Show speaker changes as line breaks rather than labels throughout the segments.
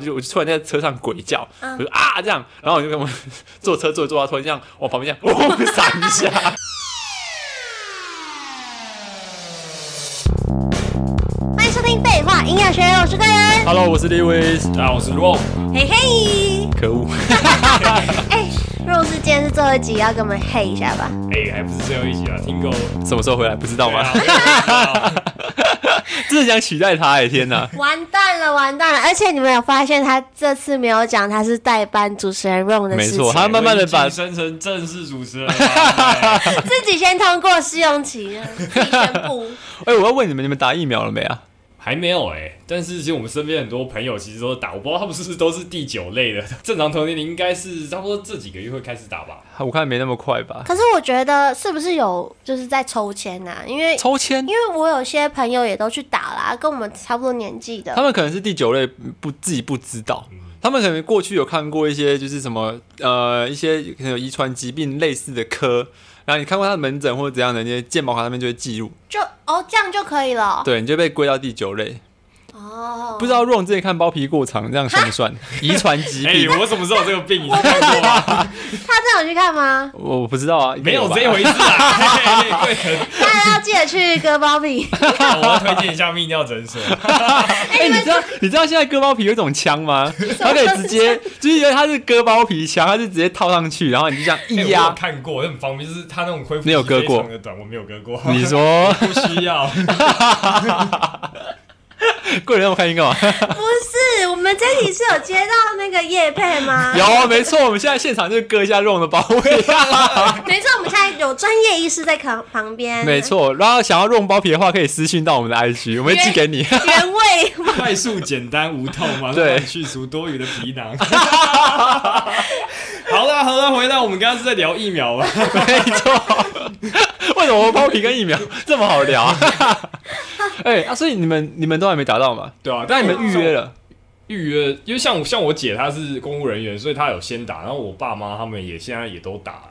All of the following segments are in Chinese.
就我就突然在车上鬼叫，
嗯
我就啊这样，然后我就跟 我坐车坐一坐到突然这样往旁边这样嗡闪一下，
欢迎收听《废话营养学》，我是贵 人，
Hello，我是 Lewis，啊，我是 Ron，
嘿嘿。
可恶，
哎、若是今天是最后一集，要跟我们嘿一下吧？
哎、还不是最后一集啊，听够了。
什么时候回来不知道
对
吗？
啊 对啊，
真的想取代他哎、天哪！
完蛋了，完蛋了！而且你们有发现他这次没有讲他是代班主持人 Ron 的
没
事
错，
情，
他慢慢的把
我已经晋升成正式主持人了吧。对
自己先通过试用期， 自己宣布。
哎、我要问你们，你们打疫苗了没啊？
还没有哎、但是其实我们身边很多朋友其实都打，我不知道他们是不是都是第九类的。正常同年龄应该是差不多这几个月会开始打吧。
我看没那么快吧。
可是我觉得是不是有就是在抽签呐、因为
抽签
因，为我有些朋友也都去打啦，跟我们差不多年纪
他
的。
们可能是第九类，不自己不知道。
嗯
他们可能过去有看过一些，就是什么呃，一些可能有遗传疾病类似的科，然后你看过他的门诊或者怎样的，那些健保卡上面就会记录，
就哦，这样就可以 了。
对，你就被归到第九类。
哦，
不知道 Ron 之前看包皮过长，这样算不算 遗传疾
哎、
病？
我怎么知道这个病？你看过 吗？
他真的有去看吗？
我不知道啊，
没有
吧
这回 事啊！嘿嘿嘿对，
大家要记得去割包皮。
我要推荐一下泌尿诊 所。
哎、你知道你知道现在割包皮有一种枪吗？它可以直接，就是因为它是割包皮枪，它是直接套上去，然后你就这样
哎
一
我
压
有。看过，很方便，就是它那种恢复
你有割过
期非常的短，我没有割过。
你说
不需要，
贵人，我看你干嘛？
啊
不是，我们这里是有接到那个叶配吗？
有啊，没错，我们现在现场就割一下 Ron 的包 皮。
没错，我们现在有专业医师在旁旁边。
没，错，然后想要 Ron 包皮的话，可以私信到我们的 IG，我们会寄给你。
原味。
快速、简单、无痛嘛，
对
让你去除多余的皮囊。 好了好了，回到我们刚刚是在聊 疫苗吧？
没错。为什么包皮跟疫苗这么好 聊啊？哎、啊，所以你们你们都还没达到嘛？
对啊，
那你们预约了？
预约，因为像我像我姐她是公务人员，所以她有先打，然后我爸妈他们也现在也都打。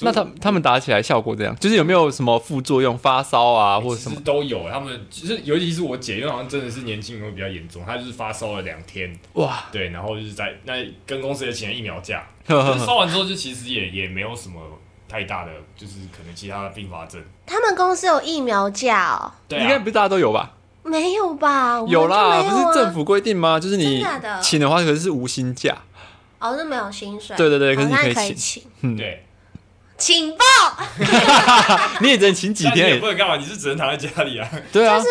那
嗯
他他们打起来效果怎样？就是有没有什么副作用，发烧啊，或者什
其
么
实？都有，他们就是尤其是我姐，因为好像真的是年轻人会比较严重，她就是发烧了两天，
哇，
对，然后就是在那跟公司也请了疫苗假，
呵呵
可是
呵
烧完之后就其实也也没有什么太大的，就是可能其他的并发症。
他们公司有疫苗价哦？
对
应该
啊
不，是大家都有吧？
没有吧？我们
有啦，
就没
不
有啊
是政府规定吗？就是你
真的的
请的话，可是是无薪 假。
哦，那没有薪水。
对对对
哦
可是你
那
可以
可
请
请，
嗯
对，
请报。
你也只能请几
但你也
天
不
而已。
能干嘛，你是只能躺在家里啊。
对啊
但，是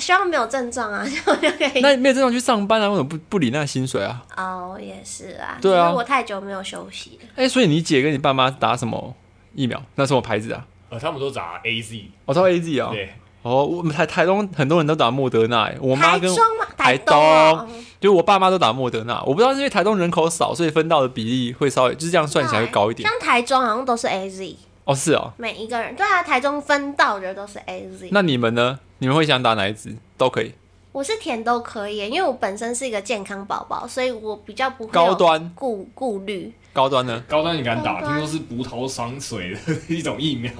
希望没有症状啊， 这样就可以。
那你没有正常去上班啊，为什么不不理那薪水啊？
哦，也是啊。
对啊
因为我太久没有休息了。
哎、所以你姐跟你爸妈打什么疫苗？那什么牌子啊？
呃，他们都打 A Z，
我知道 A Z 啊、
对，
哦，我们台台东很多人都打莫德纳、哎我妈
台
跟
中嘛，
台
东哦
东，就我爸妈都打莫德纳。我不知道是因为台东人口少，所以分到的比例会稍微就是这样算起来会高一点。
像台中好像都是 A Z，
哦，是哦。
每一个人对啊，台中分到的都是 A Z。
那你们呢？你们会想打哪一支？都可以。
我是甜都可以耶，因为我本身是一个健康宝宝，所以我比较不会有
高端，
顾顾虑。
高端呢？
高端你敢打？
高端
听说是葡萄伤水的 一种疫苗。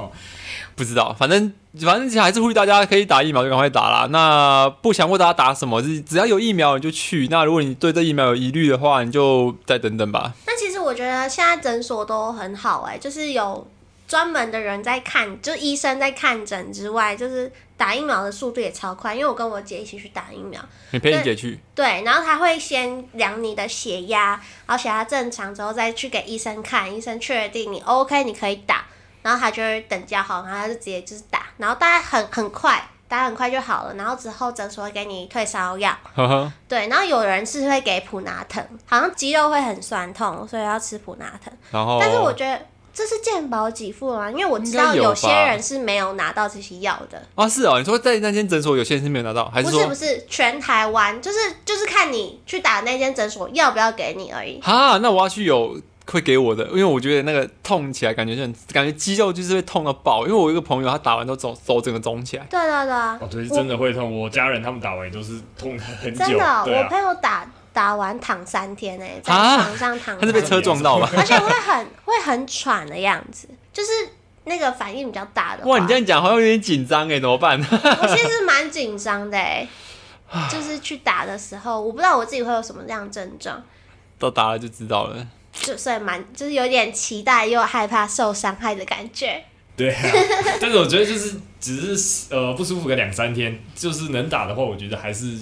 不知道，反正反正还是呼吁大家可以打疫苗就赶快打啦。那不想为大家打什么，是只要有疫苗你就去。那如果你对这疫苗有疑虑的话，你就再等等吧。
那其实我觉得现在诊所都很好哎，就是有专门的人在看，就医生在看诊之外，就是打疫苗的速度也超快。因为我跟我姐一起去打疫苗，
你陪你姐去，
对，然后他会先量你的血压，然后血压正常之后再去给医生看，医生确定你 OK，你可以打，然后他就会等较好，然后他就直接就是打，然后大家很很快，打很快就好了，然后之后诊所会给你退烧药，
呵呵。
对，然后有人是会给普拿疼，好像肌肉会很酸痛，所以要吃普拿疼，
然后，
但是我觉得。这是健保给付吗？因为我知
应
道
该有
些
吧
人是没有拿到这些药的，
啊，是哦，你说在那间诊所有些人是没有拿到，还
不
说
是不是全台湾，就是就是看你去打那间诊所要不要给你而已。
哈？那我要去有会给我的，因为我觉得那个痛起来感觉就很，感觉肌肉就是会痛到爆。因为我有一个朋友，他打完都走走整个肿起来，
对对对，
哦，对，是真的会痛。我家人他们打完也都是痛很久。
真的，
对
我
啊，
朋友打打完躺三天呢、在
啊
床上躺
他
三
是被
天，
车撞到吧？
而且会很会很喘的样子，就是那个反应比较大的话。
欸哇，你这样讲好像有点紧张哎，怎么办？
我其实蛮紧张的哎、就是去打的时候，我不知道我自己会有什么样的症状，
到打了就知道了。
就所以蛮就是有点期待又害怕受伤害的感觉。
对啊， 但是我觉得就是只是呃不舒服个两三天，就是能打的话，我觉得还是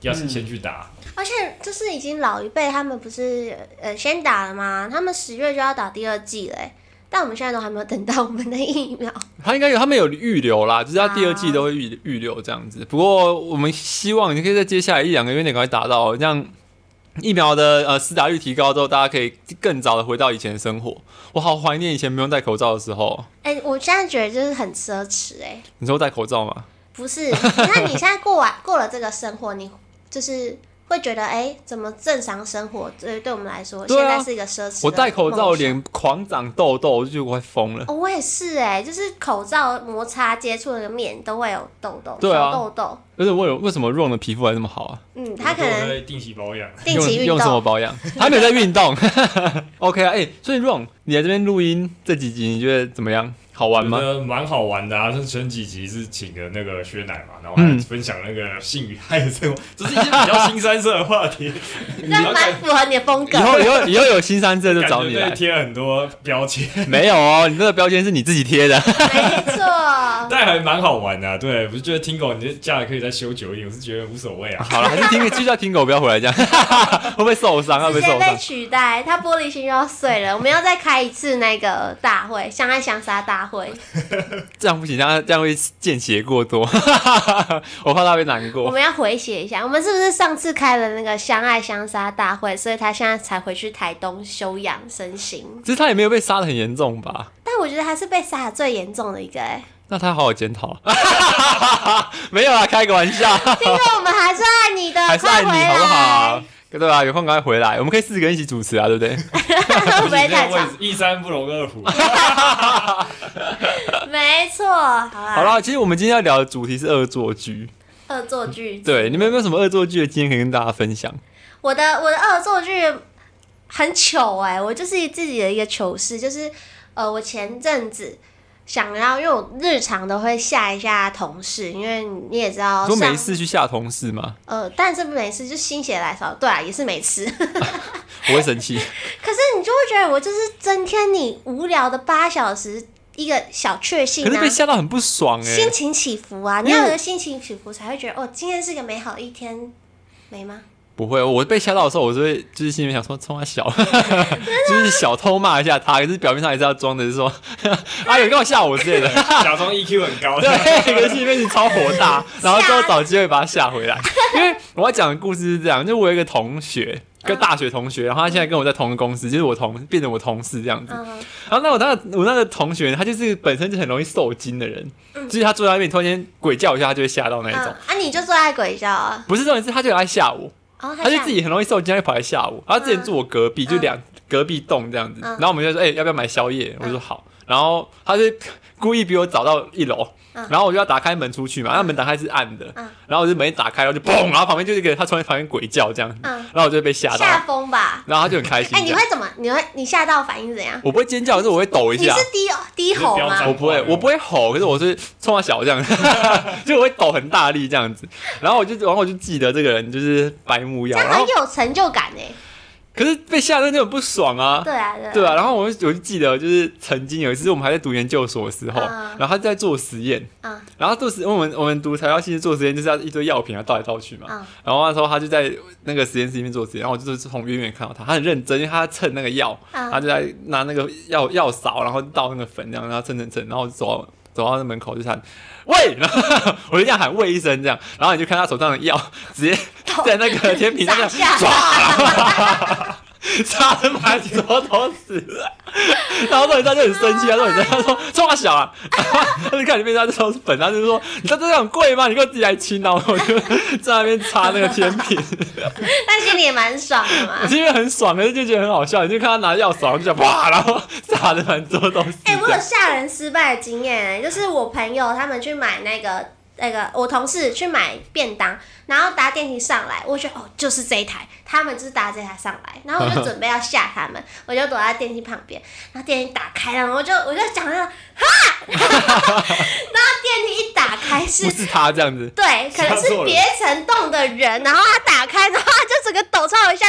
要先去打。
而且就是已经老一辈他们不是呃先打了吗？他们十月就要打第二季嘞、但我们现在都还没有等到我们的疫 苗。
他应该有，他们有预留啦，就是他第二季
啊
都会预预留这样子。不过我们希望你可以在接下来一两个月内赶快达到，这样疫苗的呃施打率提高之后，大家可以更早的回到以前的生活。我好怀念以前不用戴口罩的时候。
哎、我现在觉得就是很奢侈哎、
你说戴口罩吗？
不是？你看你现在过完过了这个生活，你就是会觉得哎、怎么正常生活对对我们来说、
对
现
啊
在是一个奢侈的
我戴口罩
梦想
脸狂长痘痘，我就觉得我快疯了。
哦，我也是哎、就是口罩摩擦接触的面都会有痘痘，
对啊
小痘痘。
而且为为什么 Ron 的皮肤还那么好啊？
嗯，他可
我
能
在定期保养。
定期
用
运
用什么
动。
保养？还没有在运 动。OK 啊，哎、所以 Ron，你来这边录音这几集，你觉得怎么样？好玩吗？
觉得蛮好玩的啊！像前几集是请的那个薛奶嘛，然后还
嗯
分享那个性与爱的生活，这是一些比较新三色的话题，
这样蛮符合你的风格
以。后以后以后有新三色就
感
找
觉
你
被
来。
贴很多标签，
没有哦，你这个标签是你自己贴的。
没 错，
但还蛮好玩的、啊。对，我是觉得听狗，你这假的可以再休久一点，我是觉得无所谓啊。
好了，还是听继续要听狗，不要回来这 样，会不会受伤？会不会
直接
受
被
伤？
取代，他玻璃心又要碎了。我们要再开一次那个大会，相爱相杀大会。
这样不行，这样这样会见血过多，我怕他会难
我
过。
们要回血一下，我们是不是上次开了那个相爱相杀大会，所以他现在才回去台东休养身心？
其实他也没有被杀的很严重吧？
但我觉得他是被杀的最严重的一 个、欸。
那他好好检讨。 没有啦，开个玩笑，
听说我们还是爱你的，
还是
快啊
爱
回
你
来
好不好？对啊吧、有空啊赶快回来，我们可以四个人一起主持啊，对不对？
会不会太
我也
长
是？一山不容二虎，
没错，好啦，
好啦，其实我们今天要聊的主题是恶作剧。
恶作剧。
对，你们有没有什么恶作剧的经验可以跟大家分享？
我的我的恶作剧很糗哎、我就是自己的一个糗事，就是呃，我前阵子想要，因为我日常都会吓一下同事，因为你也知道
说
上
没事去吓同事吗？
呃，但是没事就心血来潮，对啊，也是没吃。
我会生气。
可是你就会觉得我就是增添你无聊的八小时一个小确幸
可是
啊
被。吓到很不爽哎、
心情起伏啊，你
因为
要有心情起伏才会觉得哦，今天是个美好一天，没吗？
不会，我被吓到的时候，我就会就是心里面想说冲他小， 就是小偷骂一下他，可是表面上还是要装的是说 啊有干嘛吓我之类 的，
假装 EQ 很高。
对，可是心里面你超火大，然后之后找机会把他吓回来。因为我要讲的故事是这样，就我有一个同学，
嗯
个大学同学，然后他现在跟我在同一个公司，就是我同变成我同事这样子。
嗯，
然后那我那个我那个同学，他就是本身就很容易受惊的人，就是他坐在那边突然间鬼叫一下，他就会吓到那一
嗯
种。
啊，你就坐在鬼叫啊，哦
不是重点是，他就有来吓我。
然后
他就自己很容易受惊，他就跑来吓我。然后之前住我隔壁，就两隔壁栋这样子。
嗯
然后我们就说，哎、要不要买宵夜？我说好。然后他就故意比我早到一楼，
嗯
然后我就要打开门出去嘛。那门打开是暗的
嗯，
然后我就门一打开，然后就砰，然后旁边就是一个他从旁边鬼叫这样，
嗯
然后我就被吓到，
吓疯吧？
然后他就很开心
哎、
这
你
样。
会怎么？你会你吓到反应是怎样？
我不会尖叫，可是我会抖一
你
下
是。低低吼
你
吗
是飙
我
涨？
不会，我不会吼，可是我是冲他小这样， 就我会抖很大力这样子。然后我就，然后我就记得这个人就是白木
这
妖，
样
然
很
后
有成就感哎、
可是被吓到就很不爽啊。
对啊，对啊，
对啊，然后我就我就记得，就是曾经有一次我们还在读研究所的时候，
嗯
然后他在做实验，
嗯
然后做实我们我们读材料系是做实验就是要一堆药品啊倒来倒去嘛，
嗯
然后那时候他就在那个实验室里面做实验，然后我就是从远远看到他，他很认真，因为他在称那个药，
嗯
他就在拿那个药药勺，然后倒那个粉，这样然后称称称，然后我就走到走到那门口就喊喂， 然后我就这样喊喂一声这样，然后你就看他手上的药直接在那个天平上这
傻
样
下
抓差点把头头死了。 然后到底他就很生气，他说：“你在他说冲他小啊！” 然后他就看里面他就说是粉，他就说：“你知道这个很贵吗？你给我自己来清。”然后我就在那边擦那个天平，
但心里也蛮爽的
我
嘛。
是因为很爽，可是就觉得很好笑。你就看他拿药勺，就讲哇， 然后撒的满桌都是。
欸哎、我有吓人失败的经验、哎，就是我朋友他们去买那个那个我同事去买便当，然后搭电梯上来，我觉得哦就是这一台，他们就是搭这台上来，然后我就准备要吓他们，我就躲在电梯旁边，然后电梯打开了，我就我就讲那个哈， 然后电梯一打开是
不是他这 样子，
对，可能
吓错
是
了
别层栋的人，然后他打开，然后他就整个抖抽一下，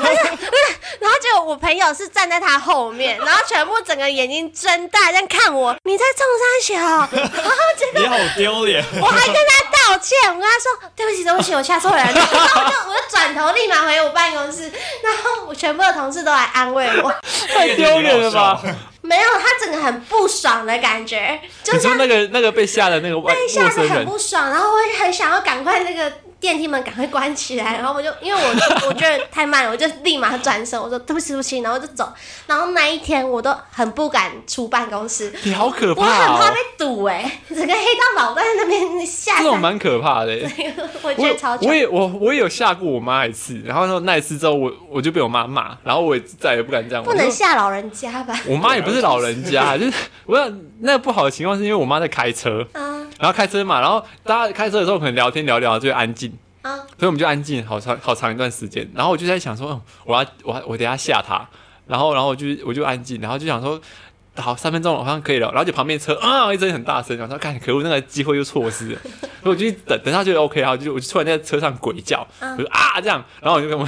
然后就我朋友是站在他后面，然后全部整个眼睛睁大在看我，你在中山小，然后结
你好丢脸，
我还跟他道歉，我跟他说对不起，对不起，我吓错人了， 然后我就我就转头立马回我办公室，然后我全部的同事都来安慰我，
太丢脸了吧？
没有，他整个很不爽的感觉，就
你
像
说那个那个被吓的那个外
被吓
陌生
得很
人，
不爽，然后我也很想要赶快那个电梯门赶快关起来，然后我就因为我我觉得太慢了，我就立马转身，我说对不起对不起，然后就走。然后那一天我都很不敢出办公室，
你好可
我很
怕
怕
哦
被！堵哎、整个黑道老大在那边吓
这
死
种，蛮可怕的欸。
我觉
我
得超
我
糗。
也我我也有吓过我妈一次，然后那一次之后我我就被我妈骂，然后我也再也不敢这样。
不
我
能
就
吓老人家吧？
我妈也不是老人 家，就是我想那不好的情况是因为我妈在开车，
啊
然后开车嘛，然后大家开车的时候可能聊天聊聊就会安静，
啊！
所以我们就安静好长好长一段时间。然后我就在想说，嗯我要我要我等一下吓她，然后然后我就我就安静，然后就想说。好，三分钟好像可以了，然后就旁边车啊一声很大声，然后说：“看，可恶，那个机会又错失了。”所以我就一直等等他觉得 OK 然后就我就突然在车上鬼叫，我就啊这样，然后我就跟我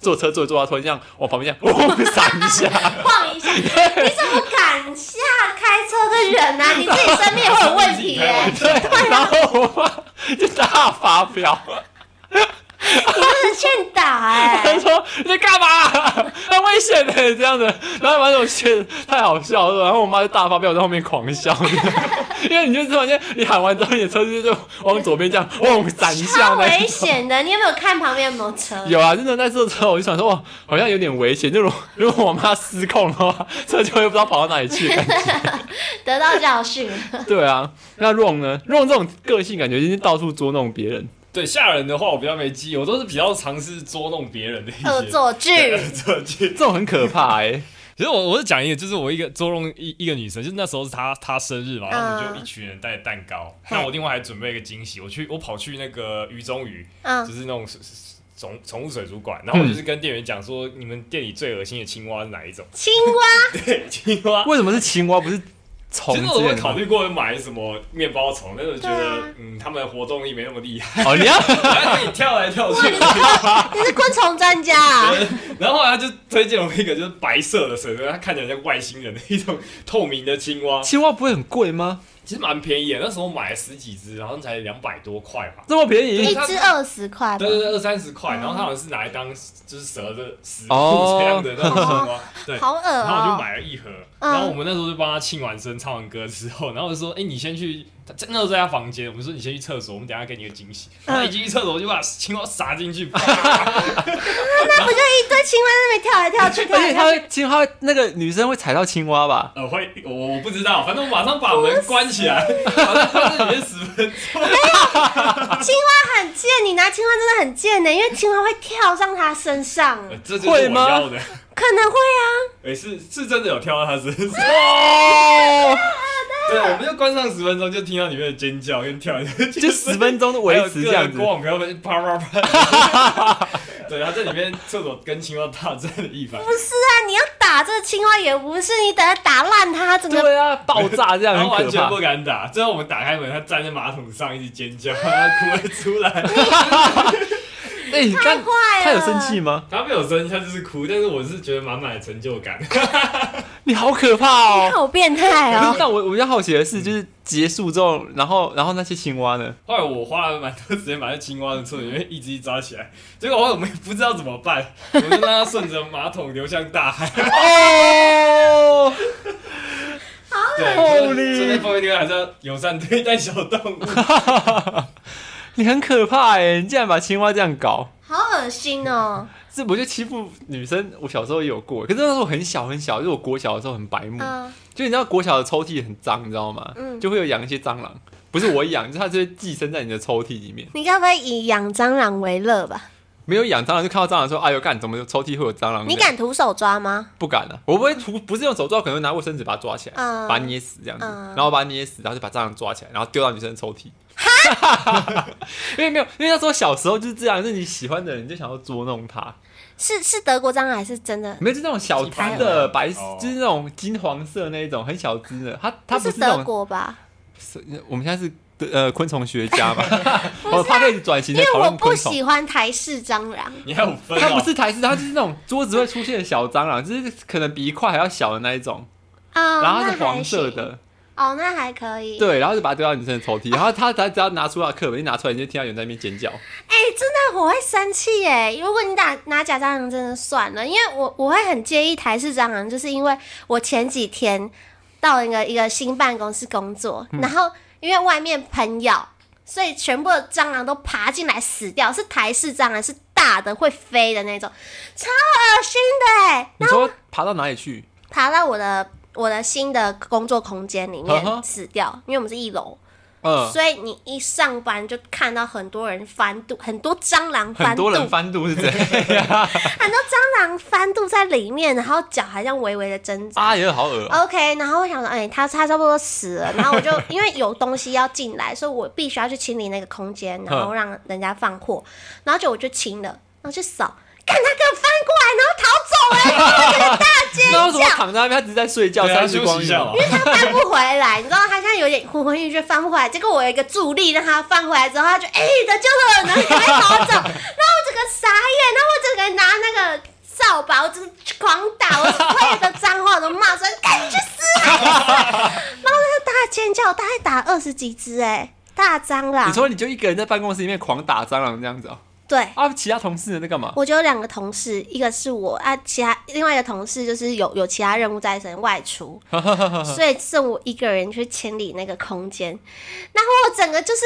坐车坐一坐啊，突然这样往旁边这样嗡闪一下，
晃一下，你怎么敢吓开车的人啊？你自己生命也会有问题欸耶、
对，然后我妈就大发飙，
你真的欠打哎、
她说你在干嘛？ 很危险的这样的，然后反正我觉得太好笑了，然后我妈就大发飙，我在后面狂笑， 因为你就突然间你喊完之后，你的车子就往左边这样嗡闪一下
超
那
危
一种。
险的！你有没有看旁边有没有车？
有啊，真的那次之后，我就想说，哇，哦好像有点危险。就如如果我妈失控的话，车就会不知道跑到哪里去。
得到教训。
对啊，那 Ron 呢？Ron 这种个性，感觉已经到处捉弄别人。
对吓人的话我比较没记忆，我都是比较尝试捉弄别人的一些
恶作剧
恶作剧。
这种很可怕哎、
其实我我是讲一个，就是我一个捉弄一一个女生，就是那时候是她她生日嘛，然后我们就一群人带蛋糕，
嗯嘿
那我另外还准备一个惊喜，我去我跑去那个鱼中鱼，
嗯
就，是那种水宠宠物水族馆，然后我就是跟店员讲说，你们店里最恶心的青蛙是哪一种？
青蛙
对，青蛙。
为什么是青蛙不是虫
其
之
实我
类
有
的
考
吗？
虑过买什么面包虫，但是我觉
对
得、
啊
嗯，他们的活动力没那么厉 害，
哦，你要
然后可以跳来跳去。
你是昆虫专家啊！
然后后来他就推荐我一个就是白色的水豚，它看起来像外星人的一种透明的青蛙，
青蛙不会很贵吗？其
其实蛮便宜的。那时候买了十几只，好像才两百多块吧。
这么便
一
宜
对它
只二十块吧
对。对对，二三十块，然后它好像是拿来当就是蛇的食物
哦
这样的那种青蛙，对，
好恶
然后我就
哦、
买了一盒，
嗯
然后我们那时候就帮他庆完生、唱完歌之后，然后我就说：“哎、你先去，他那时候在他房间，我们说你先去厕所，我们等一下给你个惊
嗯
喜。”然后一进去厕所，我就把青蛙撒进去，
那不就一堆青蛙在那边跳来跳去，跳
而
来
且
跳
它
去？
会青蛙那个女生会踩到青蛙吧？
呃，会我我不知道，反正我马上把门关起来， 把它关在里面十分钟。
青蛙很贱，你拿青蛙真的很贱呢、因为青蛙会跳上它身上，
呃 这就是
会
我
吗
要的，
可能会啊。
哎、是是真的有跳到他身上，
哦，
对，我们就关上十分钟，就听到里面的尖叫跟跳， 就
就十分钟维持这样子
锅。网不要被啪啪啪。 对，然后在里面厕所跟青蛙大战的一番。
不是啊，你要打这个青蛙也不是，你等它打烂它，整个
对啊，爆炸这样
他
很
完
可
全
怕
不。敢打，最后我们打开门，他站在马桶上一直尖叫， 他哭了出来。
哎，
太
但
坏了。啊
他有生气？吗？
他没有生气，他就是哭，但是我是觉得满满的成就感。
你好可怕哦！
好变
哎
态
可
哦、
是但我我比较好奇的是，就是结束之后，然后然后那些青蛙呢？
后来我花了蛮多时间把那青蛙的错里面一只一只抓起来，结果后来我们也不知道怎么办，我们就让它顺着马桶流向 大海。
哦，
对，
Holy
就是顺便奉劝还是要友善对待小动 物。
你很可怕哎！你竟然把青蛙这样搞，
好恶心哦、
这不就欺负女生？我小时候也有过，可是那时候很小很小，就是我国小的时候很白目。
嗯。
就你知道国小的抽屉很脏，你知道吗？
嗯
就会有养一些蟑螂，不是我养，就是它就会寄生在你的抽屉里面。
你该不会以养蟑螂为乐吧？
没有养蟑螂，就看到蟑螂说：“哎呦，干，怎么有抽屉会有蟑螂？”
你敢徒手抓吗？
不敢啊？我不会涂，不是用手抓，可能会拿卫生纸把它抓起来，
嗯
把它捏死这样子，
嗯
然后把它捏死，然后就把蟑螂抓起来，然后丢到女生的抽屉。 因为没有，因为那时候小时候就是这样，是你喜欢的人你就想要捉弄他，
嗯是是德国蟑螂还是真的？
没有就那种小只的白，
哦
就是那种金黄色那一种很小只的，它它
那
不
是
是那
德
种，
国吧？
是我们现在是呃昆虫学家 嘛，我怕开始转型
因
在
为
讨
我
论
不
昆虫。
喜欢台式蟑螂，
你还有分、哦？
它不是台式，它就是那种桌子会出现的小蟑螂， 就是可能比一块还要小的那一种，
哦，
然后
那
它是黄
还
色
行，
的，
哦，那还可以。
对，然后就把它丢到你身的抽屉，然后它它只要拿出它的课本一拿出来，你就听到有人在那边尖叫。
哎、真的我会生气耶！如果你打拿假蟑螂，真的算了，因为我我会很介意台式蟑螂，就是因为我前几天到一个一个新办公室工作，
嗯
然后因为外面喷药，所以全部的蟑螂都爬进来死掉，是台式蟑螂，是大的会飞的那种，超恶心的哎！
你说爬到哪里去？
爬到我的我的新的工作空间里
嗯哼
面死掉，因为我们是一楼，
嗯，
所以你一上班就看到很多人翻肚，很多蟑螂
很
翻肚，
多
很
人
多
翻肚是这 样，
蟑螂翻肚在里面，然后脚还这样微微的挣扎。
啊，也好恶哦
OK，然后我想说，哎、他他差不多死 了，然后我就因为有东西要进来，所以我必须要去清理那个空间，然后让人家放货，
嗯
然后就我就清了，然后去扫，看他给我翻过来，然后逃走了，我就大尖
那为什么
叫。
躺在那边？他只是在睡觉，
对啊
三十光
休息一
影
下嘛
因为
他翻不回来，你知道他现在有点昏昏欲睡，翻不回来。结果我有一个助力让他翻回来之后，他就哎得救了，然后赶快逃走。然后我呃整个傻眼，然后我整个人拿那个扫把，我整个狂打，我所有的脏话我都骂出来，赶紧去死啊！然后那个大尖叫，大概打二十几只哎、大蟑
啊
螂。
你说你就一个人在办公室里面狂打蟑螂这样子哦，
对。
啊，其他同事呢在干嘛？
我就有两个同事，一个是我啊，其他另外一个同事就是有有其他任务在身外出，所以剩我一个人去清理那个空间，然后我整个就是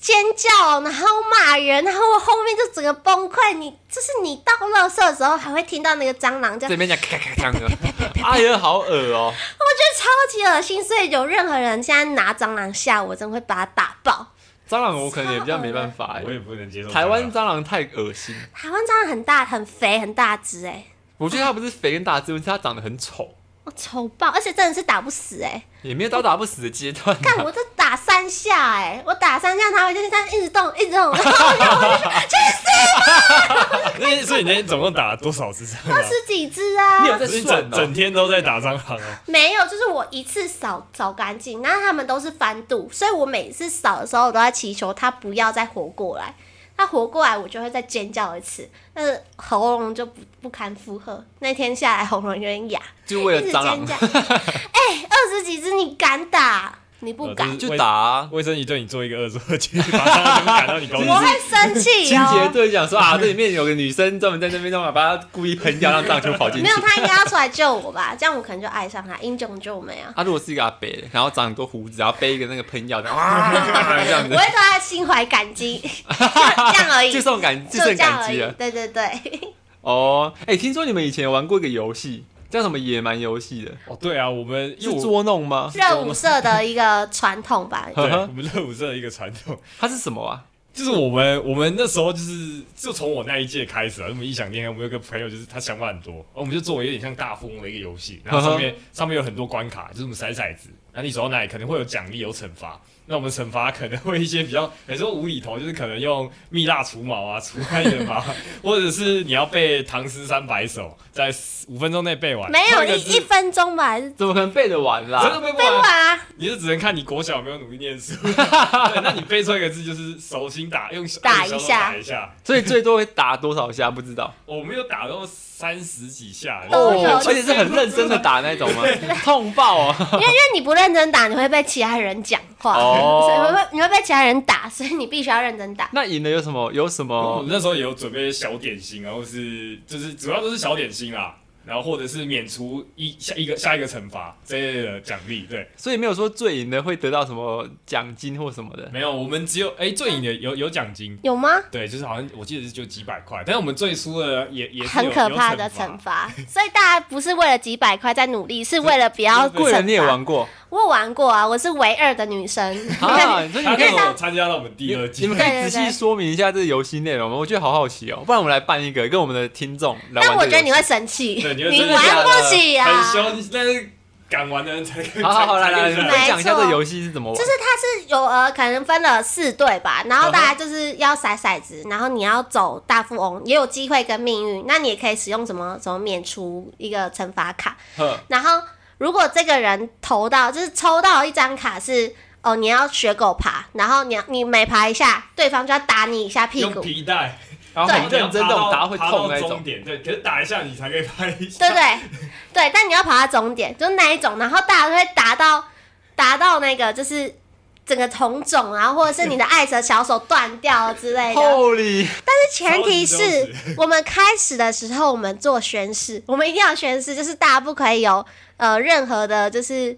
尖叫，然后骂人，然后我后面就整个崩溃。你就是你到垃圾的时候，还会听到那个蟑螂叫，
这边讲咔咔咔咔的， 啊，也好恶哦，
我觉得超级恶心。所以有任何人现在拿蟑螂吓我，真的会把它打爆。
蟑螂我可能也比较没办法
我也
哎，
不能接受。
台湾蟑螂太恶心，
台湾蟑螂很大、很肥、很大只、欸，哎，
我觉得它不是肥跟大只，问题是它长得很丑，
我丑爆，而且真的是打不死、欸，哎。
也没有到打不死的阶段啊。
干，我这打三下哎、我打三下，他会就是这样一直动，一 直动，然后我就说去死，
那 所以你那天总共打了多少只蟑
二
螂？
十几只啊
你！有在
所以你
算
整
哦
整？天都在打蟑螂哦。
没有，就是我一次扫扫干净，那他们都是翻肚，所以我每次扫的时候，我都在祈求他不要再活过来。他活过来，我就会再尖叫一次，但是喉咙就不不堪负荷。那天下来喉咙有点哑，
就为了
一直
蟑
尖
螂
叫。哎、二十几只，你敢打？你不
呃
敢？
这
就打啊。
卫生仪对你做一个恶作剧，把蟑螂全部赶到你高
我
中 去。
会生气
清
哦。
洁队讲说啊，这里面有个女生专门在那边弄啊，把它故意喷掉，让蟑螂全部跑进去
没。有，他应该要出来救我吧？这样我可能就爱上他，英雄救美啊！
他如果是一个阿伯，然后长很多胡子，然后背一个那个喷
哎
药，这啊样哇 这样
我
子
会，对他心怀感激，这样 而已，
就
就
送感就剩
这样
感
而
激啊
已
了。。
对对对，
哦，哎、听说你们以前有玩过一个游戏，叫什么野蛮游戏的，
哦，对啊，我们因
是
为我
捉弄吗？
热舞社的一个传统吧。
对，
呵呵
我们热舞社的一个传统，
它是什么啊？
就是我们我们那时候就是就从我那一届开始啊，我们异想天开，我们有个朋友就是他想法很多，哦我们就做有点像大富翁的一个游戏，然后上面上面有很多关卡，就是我们骰骰子，那你走到哪里可能会有奖励有惩罚，那我们惩罚可能会一些比较有时候无厘头，就是可能用蜜蜡除毛啊，除害人毛， 或者是你要背唐诗三百首，在五分钟内背完，
没有
那个
一
字
一分钟吧，还是
怎么可能背得完
真
啦？
的背不
废
完。
话啊，
你是只能看你国小有没有努力念书。对，那你背错一个字就是手心打，用手
打一
用手
下
打一下。
所以最多会打多少下不知道
我没有打到三十几下，欸
哦有
而且是很认真的打那种 吗？痛爆哦！
因为因为你不认真打，你会被其他人讲话，
哦
所以你会你会被其他人打，所以你必须要认真打。
那赢了有什么？有什
我
么？
那时候也有准备小点心，然后是就是主要都是小点心啦，然后或者是免除一下一个下一个惩罚这类的奖励。对，
所以没有说最赢的会得到什么奖金或什么的。
没有，我们只有哎、最赢的有有奖金。
有吗？
对，就是好像我记得是就几百块，但是我们最输的也也是有
很可怕
有
的惩
惩罚。
罚，所以大家不是为了几百块在努力，是为了不要
贵人你也
惩罚
玩过
我有玩过啊，我是唯二的女生。
啊？ 你说你
他
们可
那
以
时候参加到我们第二
你
季
们，可
对
以
对
仔细
对
说明一下这个游戏内容吗？我觉得好好奇哦，不然我们来办一个，跟我们的听众来玩这个游戏。
但我觉得你会生气，
对你会
你
真的
玩
假
的
不起啊！
很凶，但是赶完的人才可以。
好好好，来
才可
来，
以
你
下
分
没
享一下
错
这游戏是怎么玩
就是。它是有呃，可能分了四队吧，然后大家就是要甩骰子，然后你要走大富翁，也有机会跟命运，那你也可以使用什么什么免除一个惩罚卡，
呵
然后如果这个人投到就是抽到一张卡是哦，你要学狗爬，然后你要你每爬一下，对方就要打你一下屁
用
股，
皮带，
然后很
对
认真，这种打会
爬
痛
到
那
终
种。
点对，可是打一下你才可以拍一下。
对不对？对，但你要跑到终点，就那一种，然后大家都会达到达到那个就是整个红肿啊，或者是你的爱蛇小手断掉之类的。
Holy！
前提是我们开始的时候，我们做宣誓，我们一定要宣誓，就是大家不可以有呃任何的，就是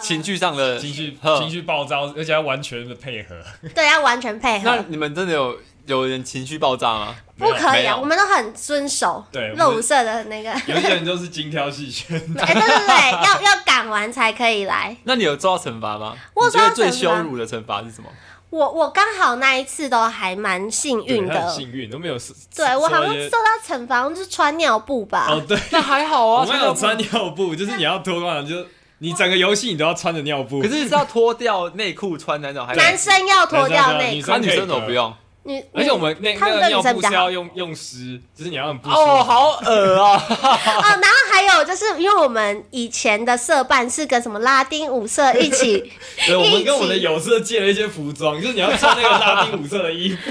情绪上的
情绪
呵
情绪暴躁，而且要完全的配合，
对要完全配
那
合，
你们真的有有人情绪爆炸吗？
不可
没
以啊，
有
我们都很遵守
对我们
露色的那个， 哎、
有些人都是精挑细选，
对对对，要要赶完才可以来。
那你有遭到惩罚吗？
我有
你觉
遭到
得最
惩罚
羞辱的惩罚是什么？
我我刚好那一次都还蛮幸运
对他很
的，
幸运都没有。
对我好像
受
受到惩罚，就是穿尿布吧。
哦，对，
那还好
我
啊，
们有穿尿布，就是你要脱光，就是你整个游戏你都要穿着尿布。
可是是要脱掉内裤穿那种，还是
男生要脱掉内
男
裤，
那女生怎么
可以
不用？
女
而且我们那
他们
那
对女
个尿
生
布
比较
是
好
要用用湿，就是你要很不舒服
哦，好恶 啊！
哦，然后还有就是因为我们以前的社办是跟什么拉丁舞社一起，重
对，我
一
们
起
跟我们的有色借了一些服装，就是你要穿那个拉丁舞色的衣服，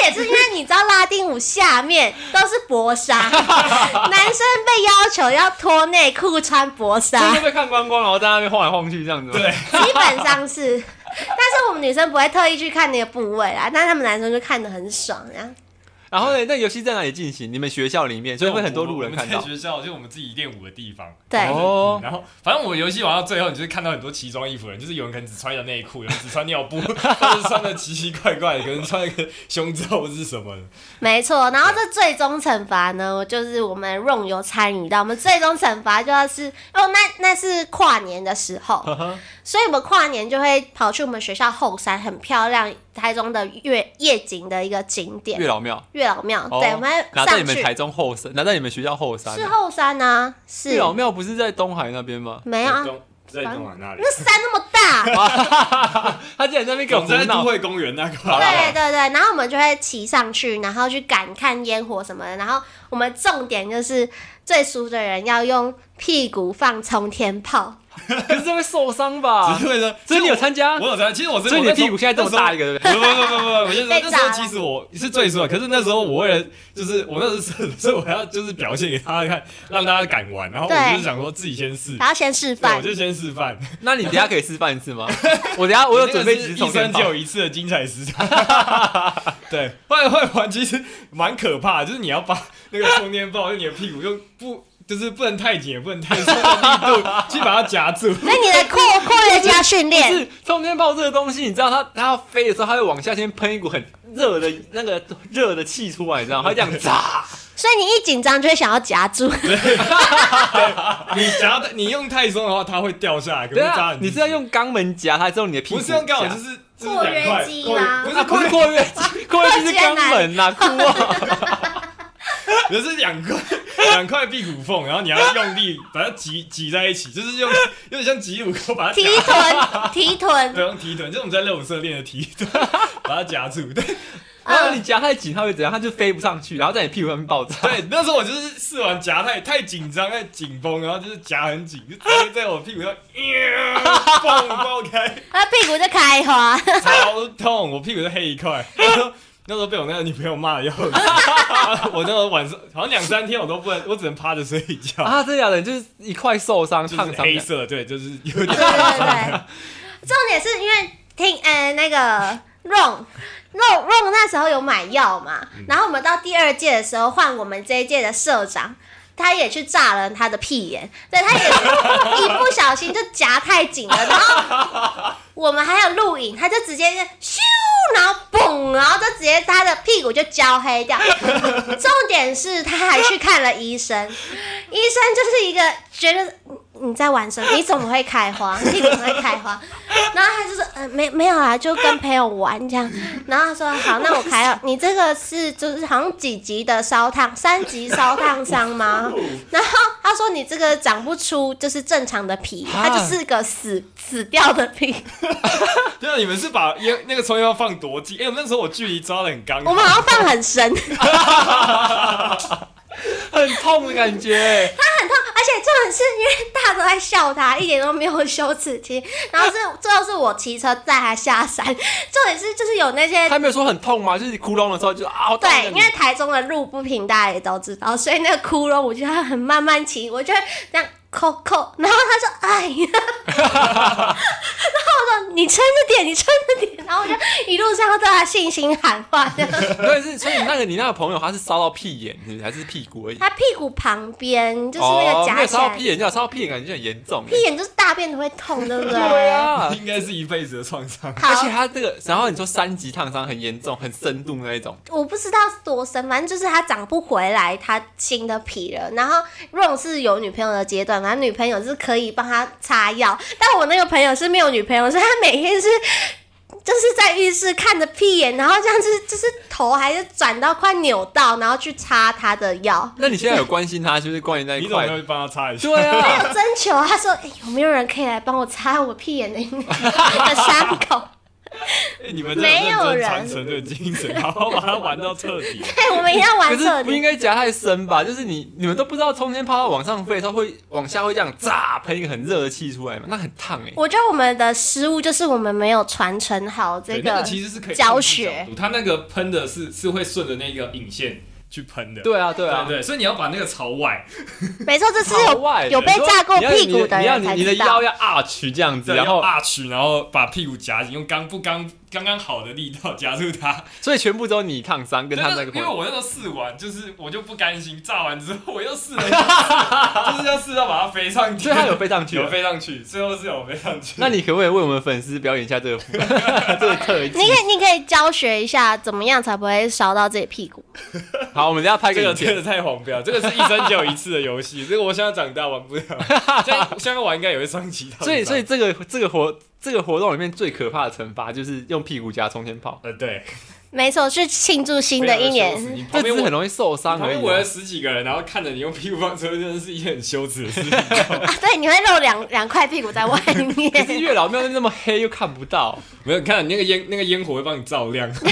点是因为你知道拉丁舞下面都是薄纱，男生被要求要脱内裤穿薄纱
就是，被看光光，然后在那边晃来晃去这样子。
对，
基本上是，但是我们女生不会特意去看那个部位啊，但是他们男生就看得很爽呀、啊。
然后呢，那游戏在哪里进行？你们学校里 面，所以会很多路人看
我
到
们。在学校就是我们自己练舞的地方。
对
哦
嗯然后反正我游戏玩到最后，你就是看到很多奇装异服的人，就是有人可能只穿着内裤，有人只穿尿布， 或者是穿的奇奇怪怪的，可能穿一个胸罩或是什么的。
没错，然后这最终惩罚呢，就是我们 Ron 有参与到，我们最终惩罚就要是哦，那那是跨年的时候，
呵 呵
所以我们跨年就会跑去我们学校后山，很漂亮，台中的月夜景的一个景点
月老庙，
月老庙。
哦
对，我们
拿
会
在你
上
们
去
台中后山，拿在你们学校后山
是
啊。
后山啊，
月
是
老庙不是在东海那边吗？
没有啊？
东在东 莞那里，
那山那么大，
他竟然在那边给我
总
胡
在都
闹，
会公园那啊个。
好啦好啦
对对对，然后我们就会骑上去，然后去赶看烟火什么的。然后我们重点就是最熟的人要用屁股放冲天炮，
可是这会受伤吧
只？是为了，
啊所以你有参加
我，有参加，其实我真的
所以你的
我那时候
屁股现在这么大一个，对不
不不不不不，我就说
被
那时候
炸了
其实我是最输的，可是那时候我为了就是我那时候是，所 以我要就是表现给大家看，让大家敢玩，然后我
对
就是想说自己先试，
然后先示
对，我
范。
就先示范。
对？那你等一下可以示范一次 吗？我等一下我有准备几支
一
充
生
电
只
宝。
有一次的精彩时长。 对，会会玩其实蛮可怕的，就是你要把那个充电宝用你的屁股用不就是不能太紧也不能太松的力度去把它夹住。
所以你的扩扩约肌要训
不
练，
是充电炮这个东西，你知道它它要飞的时候，它会往下先喷一股很热的那个热的气出来，你知道 吗？它这样炸，
所以你一紧张就会想要 夹住。
你夹的你用太松的话，它会掉下来，可
对
能会扎
啊，
你自己。
你是要用肛门夹它，还是用你的屁股
不
夹？
是用刚好就是就是
扩
两
约
块
肌
扩约
吗
不
啊，
是
括
扩约
括 约肌，括约肌是肛门 呐，哭啊！
可是两块两块屁股缝，然后你要用力把它挤挤在一起，就是用有点像挤乳沟把它
提
夹，
臀，提臀，
对，用提臀，就是我们在热舞社练的提臀，把它夹住。对
啊
嗯
然后你夹太紧，它会怎样？它就飞不上去，然后在你屁股上面爆炸。
对，那时候我就是试完夹太太紧张，太紧绷，然后就是夹很紧，就直接在我屁股上 蹦爆开，
那屁股就开 花。
超痛，我屁股就黑一块。 那时候那时候被我那个女朋友骂的要死， 我那时候晚上好像两三天我都不能，我只能趴着睡觉。
啊，真的假的？就是一块受伤、
就是
烫伤
黑
的。
色，对，就是有
对
点
对对，重点是因为听呃那个 Ron Ron Ron 那时候有买药嘛，
嗯
然后我们到第二届的时候换我们这一届的社长。他也去炸了他的屁眼，对，他 也是一不小心就夹太紧了，然后我们还有录影，他就直接就咻，然后嘣，然后就直接他的屁股就焦黑掉。 重点是他还去看了医生，医生就是一个觉得嗯你你在玩什么？你怎么会开花？你怎么会开花？然后他就说，呃，没没有啊，就跟朋友玩这样。然后他说，好，那我开了。你这个是就是好像几级的烧烫，三级烧烫伤吗？然后他说你这个长不出就是正常的皮，
啊
它就是个死死掉的皮。
对啊，你们是把烟那个抽烟要放多近？哎、我那时候我距离抓的很刚好，
我们好像放很深， 而且
很痛的感觉。
重点是因为大家都在笑他，一点都没有羞耻心。然后是最后是我骑车载他下山，重点是就是有那些
他没有说很痛吗？就是你窟窿的时候就啊，好痛
对，
的
因为台中的路不平，大家也都知道，所以那个窟窿，我觉得它很慢慢骑，我就会这样扣扣，然后他说：“哎 呀！”然后我说：“你撑着点，你撑着点。”然后我就一路上都对他信心喊话，这样
对，是所以那个你那个朋友他是烧到屁眼，是不是还是屁股而已？
他屁股旁边就是那
哦
个
没
夹
有
起
烧到
来，
屁眼，就烧到屁眼感觉很严重。
屁眼就是大便都会痛，对不对？
对啊，
应该是一辈子的创伤。
而且
好，
他这个，然后你说三级烫伤很严重、很深度那一种，
我不知道多深，反正就是他长不回来他新的皮了。然后 Ron 是有女朋友的阶段，反正女朋友是可以帮他擦药，但我那个朋友是没有女朋友，所以他每天是就是在浴室看着屁眼，然后这样子就是头还是转到快扭到，然后去擦他的药。
那你现在有关心他，就是关于那一
你怎么没
块？
有帮他擦一下？
哎对 啊，
我征求他说、欸有没有人可以来帮我擦我屁眼的 的伤口？
哎你们真的认
没有
真
人
传承这个精神，好好把它玩到彻底。
哎、我们一定要
可
玩这
是不应
里。
该夹太深吧？就是你你们都不知道冲天炮往上飞的时候会往下会这样炸喷一个很热的气出来嘛？那很烫哎、
我觉得我们的失误就是我们没有传承好这
对，
个
那个其实是可以
教
控制
学
角度，它那个喷的是是会顺着那个引线去喷的。
对啊，对啊
对，对，所以你要把那个朝外，
没错，这是
朝
有
外的
有被炸过
你要
屁股的
你要
人
你
才
你的
知
腰
道。
要 arch 这样子，
然
然
后
后
arch，然后把屁股夹紧，用刚不刚刚刚好的力道夹住它。
所以全部都是你烫伤跟他那个
因
朋
为
友。
我那时候试完，就是我就不甘心，炸完之后我又试了一 次，就是要试到把它飞上去。
所以他有飞上去
啊有
了，
飞上去，最后是有飞上去。
那你可不可以为我们粉丝表演一下这个 这个特技
你？可以，你可以教学一下，怎么样才不会烧到自己屁股？
好，我们等一下拍
这
个
个
影
真
片。
的太黄标，这个是一生只有一次的游戏，这个我现在长大玩不了， 现在现在玩应该也会伤及到。
所以所以这个这个活这个活动里面最可怕的惩罚就是用屁股夹冲天炮，
呃对，
没错，去庆祝新的 一年。
你旁
这只
边
是
围
很容易受伤
旁
而
边
已
围了
啊。
十几个人，然后看着你用屁股放车，真的是一件很羞耻的事。
啊对，你会露两两块屁股在外
可 是
面。
月老庙那么黑又看不到，
没有，你看那个烟，那个烟火会帮你照 亮。
啊
你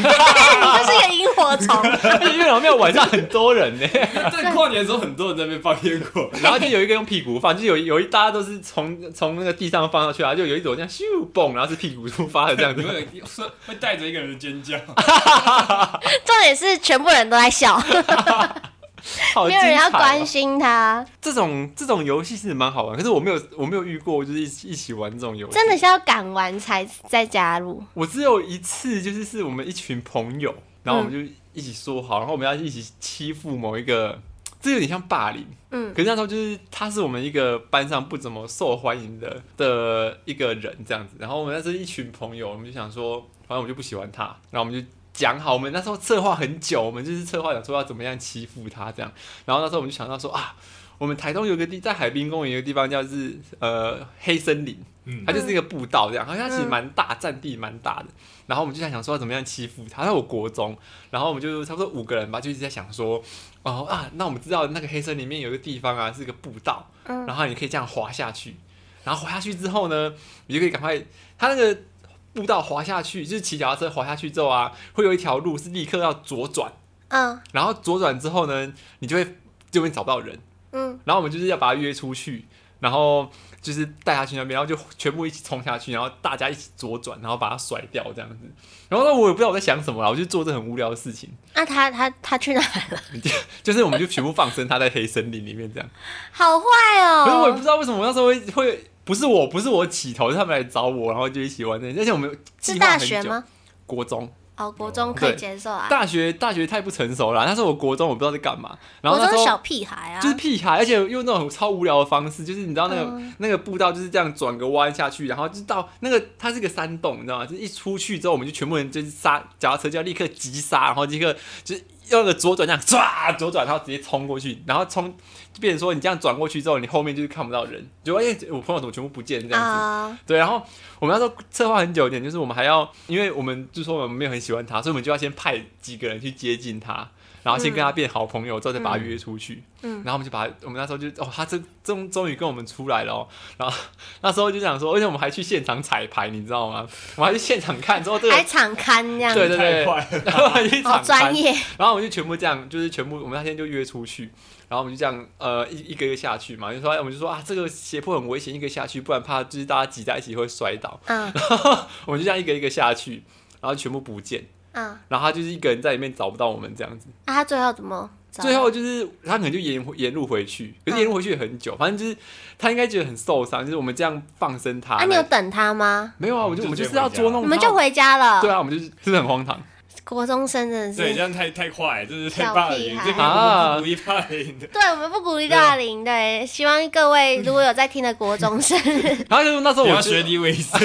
就是个萤火虫，
而且月老庙晚上很多人呢、
对，跨年的时候很多人在那边放烟火，
然后就有一个用屁股放，就有有一大家都是从从那个地上放上去啊，就有一种这样咻蹦，然后是屁股出发的这样
你
子。
会有是会带着一个人的尖 叫。
重点是全部人都在笑，
好
没
精
有人要
彩、
关
哦！
心他，
这种这种游戏是蛮好玩，可是我没有我没有遇过，就是一起一起玩这种游戏。
真的，是要赶完才再加入。
我只有一次，就是是我们一群朋友，然后我们就一起说好，然后我们要一起欺负某一个，这有点像霸凌。
嗯，
可是那时候就是他是我们一个班上不怎么受欢迎的的一个人这样子，然后我们那是一群朋友，我们就想说，反正我就不喜欢他，然后我们就讲好，我们那时候策划很久，我们就是策划想说要怎么样欺负他这样，然后那时候我们就想到说啊，我们台东有个地在海滨公园有个地方叫是呃黑森林，
嗯
它就是一个步道这样，好像其实
嗯
蛮大，占地蛮大的。然后我们就在想说要怎么样欺负他。那我国中，然后我们就差不多五个人吧，就一直在想说，哦啊，那我们知道那个黑森林里面有一个地方啊，是一个步道，
嗯
然后你可以这样滑下去。然后滑下去之后呢，你就可以赶快，它那个步道滑下去，就是骑脚踏车滑下去之后啊，会有一条路是立刻要左转，
嗯
然后左转之后呢，你就会就会找不到人。
嗯，
然后我们就是要把他约出去，然后就是带他去那边，然后就全部一起冲下去，然后大家一起左转，然后把他甩掉这样子。然后呢，我也不知道我在想什么啦，我就做这很无聊的事情，
那啊他他他去哪 了？
就是我们就全部放生他在黑森林里面这样。
好坏
可是我也不
哦
知。道为什么我那时候会会不是我不是我起头，是他们来找我，然后就一起玩这件事，而且我们计
是
划
大
很
学
久。
吗？
国中、
哦，国中可以
对
接受啊。
大学、大学太不成熟了啦，那时候我国中我不知道在干嘛，然
国
后那时
中
候
小屁孩啊，
就是屁孩，而且用那种超无聊的方式，就是你知道那个、
嗯
那个步道就是这样转个弯下去，然后就到那个它是个山洞，你知道吗？就是一出去之后，我们就全部人就是刹脚踏车就要立刻急刹，然后立刻就是用那个左转这样唰左转，然后直接冲过去，然后冲就变成说你这样转过去之后，你后面就是看不到人，就哎、我朋友怎么全部不见这样子。
啊，
对，然后我们那时候策划很久一点，就是我们还要，因为我们就说我们没有很喜欢他，所以我们就要先派几个人去接近他，然后先
嗯
跟他变好朋友，之后再把他约出去。嗯，然后我们就把他，我们那时候就哦，他这终终于跟我们出来了、哦。然后那时候就想说，而且我们还去现场彩排，你知道吗？我们还去现场看，之后这个
还场刊这样，
对对
太
对，
快了，
然后还去
哎好
场
专
看。
业，
然后我们就全部这样，就是全部我们那天就约出去，然后我们就这样呃一一个一个下去嘛，就说我们就说啊这个斜坡很危险，一个下去，不然怕就是大家挤在一起会摔倒，
嗯
我们就这样一个一个下去，然后全部不见，
嗯，啊，
然后他就是一个人在里面找不到我们这样子，
他最后怎么找？
最后就是他可能就沿沿路回去，可是沿路回去也很久，反正就是他应该觉得很受伤，就是我们这样放生他，
啊，你有等他吗？
没有啊？我就我们就是要捉弄
你
他，
们就回家了。
对啊，我们就是是不是很荒唐？
国中生真的
对，
是
这，样太太快，这是
小
太霸
屁
凌，
孩
这个我们不故意霸凌的。
对我们不鼓励大龄的欸，希望各位如果有在听的国 中生，
然后就是那时候
不
我
要
就
学李维斯，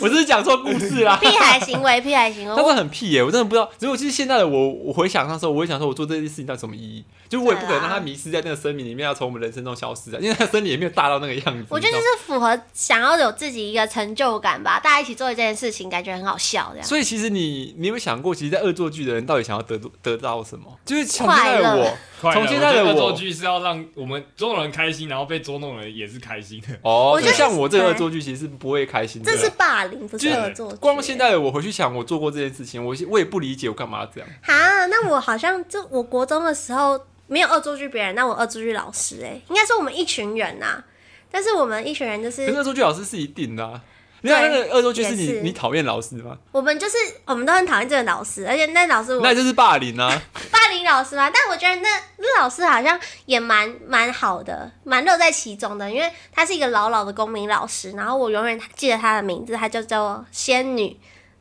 我只是讲错故事 啦。
屁孩行为，屁孩行为，
那
我
是很屁 耶、我真的不知道。如果其实现在的我，我回想那时候，我会想说，我做这件事情到底有什么意义？就我也
啊
不可能让他迷失在那个森林里面，要从我们人生中消失啊，因为他森林也没有大到那个样子。
我觉
你
得就
知
是符合想要有自己一个成就感吧，大家一起做一件事情，感觉很好笑这
道吗，
样。
所以其实你，你有没有想过，其实，在恶作剧的人到底想要得得到什么？就是从现
快
在的
乐
我，从现在的
我觉得恶
我
作剧是要让我们捉弄人开心，然后被捉弄人也是开心的。
哦
我，觉
就
得
像我这个
对
恶作剧，其实是不会开心的。
这是霸凌，不是
啊就是
恶作剧。
光现在的我回去想，我做过这件事情，我我也不理解我干嘛要这样。
啊，那我好像就我国中的时候没有恶作剧别人，那我恶作剧老师哎、应该说我们一群人呐、但是我们一群人就
可是
是
恶作剧老师是一定的、啊，你看那个恶作剧是
也是
你你讨厌老师吗？
我们就是我们都很讨厌这个老师，而且那老师我
那就是霸凌啊。
霸凌老师嘛，但我觉得那那老师好像也蛮蛮好的，蛮乐在其中的，因为他是一个老老的公民老师，然后我永远记得他的名字，他就叫仙女，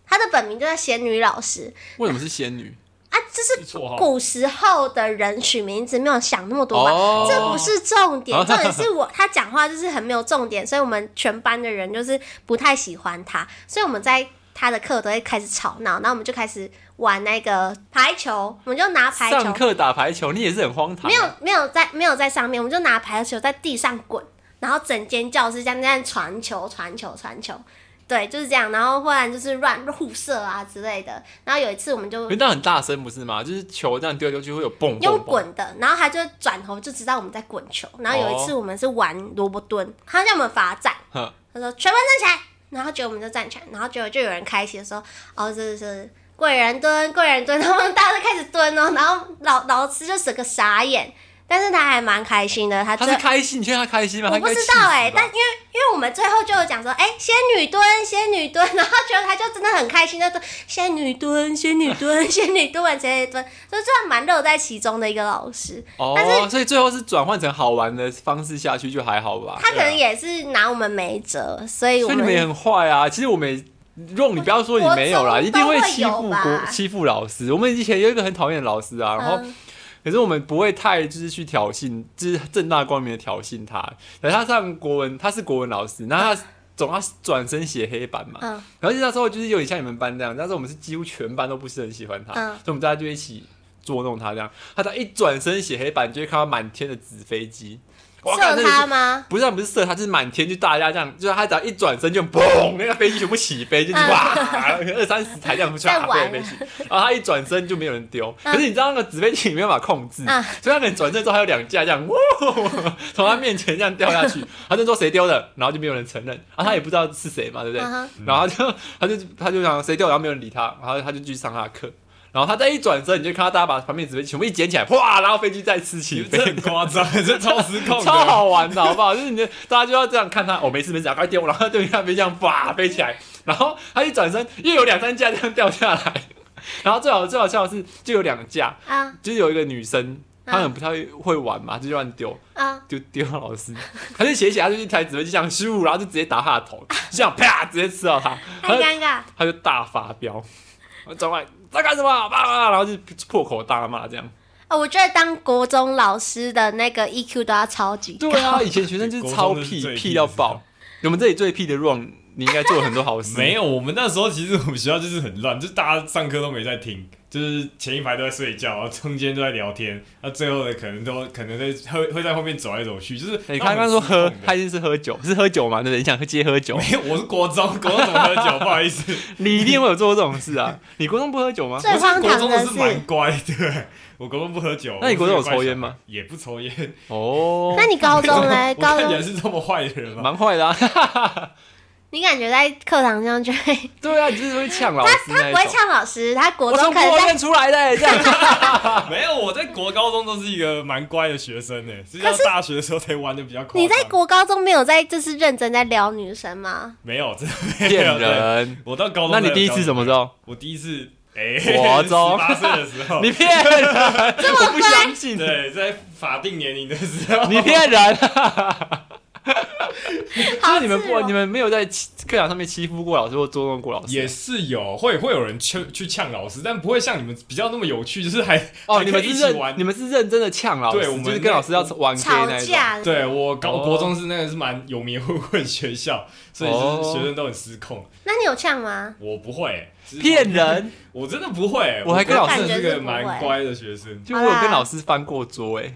他的本名就叫仙女老师
为什么是仙女？
啊，这是
是绰号，
古时候的人取名字没有想那么 多吧？
哦，
这不是重点
哦，
重点是我他讲话就是很没有重点，所以我们全班的人就是不太喜欢他，所以我们在他的课都会开始吵闹，然后我们就开始玩那个排球，我们就拿排
上
球，
课打排球，你也是很荒唐啊。
没有没有在没有在上面，我们就拿排球在地上滚，然后整间教室这样这样传球传球传球，对，就是这样，然后不然就是乱互射啊之类的，然后有一次我们就
可是那很大声不是吗？就是球这样丢来丢去会有蹦蹦
用
蹦。
滚的，然后他就转头就知道我们在滚球。然后有一次我们是玩萝卜蹲，他叫我们罚站，
哼
他说全班站起来，然后结果我们就站起来，然后结果就有人开始说哦，这是贵人蹲，贵人蹲，然后大家都开始蹲哦，然后老老师就整个傻眼， 但是他还蛮开心的，他
他
最
是开心，你觉得他开心吗？
我
他
不
应该
知
气
道
死
哎、
吧
但因为因为我们最后就有讲说，哎、仙女蹲，仙女蹲，然后觉得他就真的很开心，就蹲仙女蹲，仙女蹲，仙女蹲，仙女蹲， 就算蛮乐在其中的一个老师，
哦，所以最后是转换成好玩的方式下去就还好吧。
他可能也是拿我们没辙，所以我
啊所以你们也
们。
很坏啊！其实我们也，用你不要说你没有啦，
国
一定会欺
国中
负
都会有
国
吧
欺负老师。我们以前有一个很讨厌的老师啊，然后
嗯
可是我们不会太就是去挑衅，就是正大光明的挑衅他。可是他上国文，他是国文老师，那他总要转身写黑板嘛。
嗯
然后那时候就是有点像你们班那样，但是我们是几乎全班都不是很喜欢他，
嗯
所以我们大家就一起捉弄他这样。他他一转身写黑板，你就会看到满天的纸飞机。哇干
射
那个
他
是
吗？
不是啊不是射他，就是满天就大家这样，就是他只要一转身就嘣，那个飞机全部起飞，就是
嗯
哇，二三十台这样
在
唰
玩
飞来飞去，然后他一转身就没有人丢，
嗯
可是你知道那个纸飞机你没办法控制，
嗯
所以他可能转身之后还有两架这样，哇，从他面前这样掉下去，他就说谁丢的，然后就没有人承认，然后他也不知道是谁嘛，对不对
嗯？哼
然后他就他就他就想谁丢，然后没有人理他，然后他就继续上他的课。然后他再一转身，你就看到大家把旁边纸飞机全部一捡起来，哗，然后飞机再次
你
起
们
飞
这。很夸张，这啊超失控的，
超好玩的，好不好？就是你的大家就要这样看他，哦，没事没事，赶快丢，然后对面那边这样哇飞起来，然后他一转身又有两三架这样掉下来，然后最好最好笑的是就有两架，
啊
就是有一个女生。她很不太会玩嘛，就乱丢
啊！
丢丢到老师，她就写一写，她就一台指挥机这样咻，然后就直接打她的头，就这样啪直接吃到她，
太
她就
尴尬，
她就大发飙， 我转过来在干什么？叭叭，然后就破口大骂这样。
哦，我觉得当国中老师的那个 EQ 都要超级高。
对啊，以前学生就是超
国中真的是
屁
最
屁
屁
到
的
爆。我们这里最屁的 Ron，你应该做了很多好事。
没有，我们那时候其实我们学校就是很乱，就是大家上课都没在听，就是前一排都在睡觉，然后中间都在聊天，那最后的可能都可能在会会在后面走来走去，就是
你
让
哎刚
我
刚说
失控
喝
的，
他一定是喝酒，是喝酒嘛？对不对？你想接喝 酒，
没有，我是国中，国中怎么喝酒？不好意思，
你一定会有做过这种事啊！你国中不喝酒 吗？
最荒
国
唐
中
的
是蛮乖的，我国中不喝酒。
那你
我是
国中有
个乖
抽烟
小孩
吗？
也不抽烟，
哦
那，你高中 呢？
我
哎高
看起来
中
是这么坏的人吗？
蛮坏的啊！
你感觉在课堂上就会，
对啊，你就是会呛老师那
不
一
会
种。
呛老师，他国
我
中
从
可
国
能在
认出来的 欸，这样子
没有，我在国高中都是一个蛮乖的学生呢，是到大学的时候才玩的比较夸张。
你在国高中没有在就是认真在撩女生吗？
没有，真的没有
骗。人。
对我到高中，
那你第一次什么时
候？
候？
我第一次，哎，
国中
八岁的时候，
你骗人！我不相信，
对，在法定年龄的时候，
你骗人！就
好哦
是你们
自
不，
我
你们没有在欺课堂上面欺负过老师或捉弄过老师。
哦也是有会会有人去去呛老师，但不会像你们比较那么有趣，就是还
哦，
还
你
啊可
们
以一
是
起
认
玩
你。们是认真的呛老师，
对我们
就是跟老师要玩 gay
吵
那一种。
架，
对我高、
哦
国中是那个是蛮有名混混学校，所以
哦
就是学生都很失控。
那你有呛吗？
我不会、欸，其实
骗 人！
我真的不会、欸，
我还跟老师
真的是
我感觉是
个
不会
蛮乖的学生。
就我有跟老师翻过桌哎、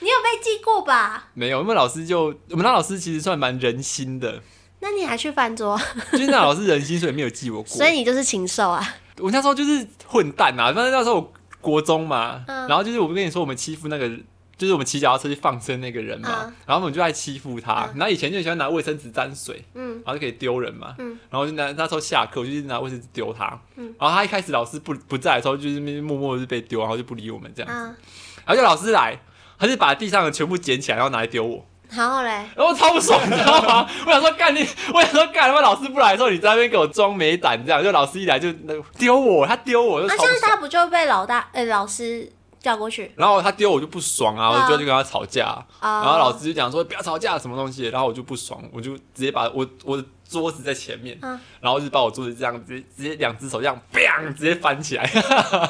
你有被记过吧？
没有，因为老师就我们那老师其实算蛮人心的，
那你还去翻桌，
就是那老师人心，所以没有记我过
所。以你就是禽兽啊！
我那时候就是混蛋啊，反正那时候我国中嘛，
嗯
然后就是我不跟你说我们欺负那个。就是我们骑脚踏车去放生那个人嘛，
嗯
然后我们就爱欺负他。
嗯
然后以前就很喜欢拿卫生纸沾水，
嗯，
然后就可以丢人嘛。
嗯
然后就拿那时候下课，我就一直拿卫生纸丢他。
嗯
然后他一开始老师不不在的时候，就是默默就被丢，然后就不理我们这样。
啊，
然后就老师来，他就把地上的全部捡起来，然后拿来丢我。
然后嘞，
然后超不爽，你知道 吗？我想说干你，我想说干，他妈老师不来的时候，你在那边给我装没胆这样，就老师一来就那丢我，他丢我就
那
超
啊这
不
样
爽。
他不就被老大呃老师叫过去
然后他丢我就不爽啊，我
啊
就就跟他吵架，
啊？
然后老师就讲说不要吵架什么东西，然后我就不爽，我就直接把我我的桌子在前面，
嗯
然后就把我桌子这样直接直接两只手这样 bang 直接翻起来，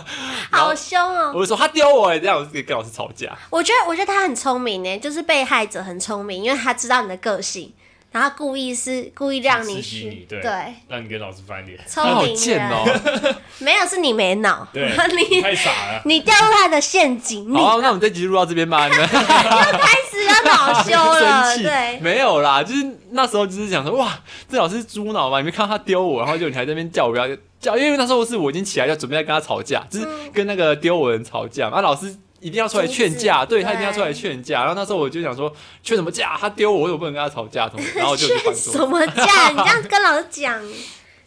然后
好凶哦！
我就说他丢我欸，这样我就跟老师吵架，
我觉得我觉得他很聪明呢，就是被害者很聪明，因为他知道你的个性，然后故意是故意让你
刺激
去
你对让你跟老师翻 脸，
聪
他好
明
贱
人、
哦、
没有是你没脑，
对
你
太傻了。
你掉入他的陷阱，你
好、啊那我们这集就录到这边吧，你们。
开始要 恼羞了，
生气，
对。
没有啦，就是那时候就是想说，哇，这老师是猪脑嘛，你没看到他丢我，然后就你还在那边叫我不要叫，因为那时候是我已经起来要准备要跟他吵架，就是
嗯
跟那个丢我的人吵架，啊，老师。一定要出来劝架，
阻止
对他一定要出来劝架。然后那时候我就想说，劝什么架？他丢我，我怎么不能跟他吵架？ 同学然后我哦就去
劝
翻
什
桌。
么架？你这样跟老师讲，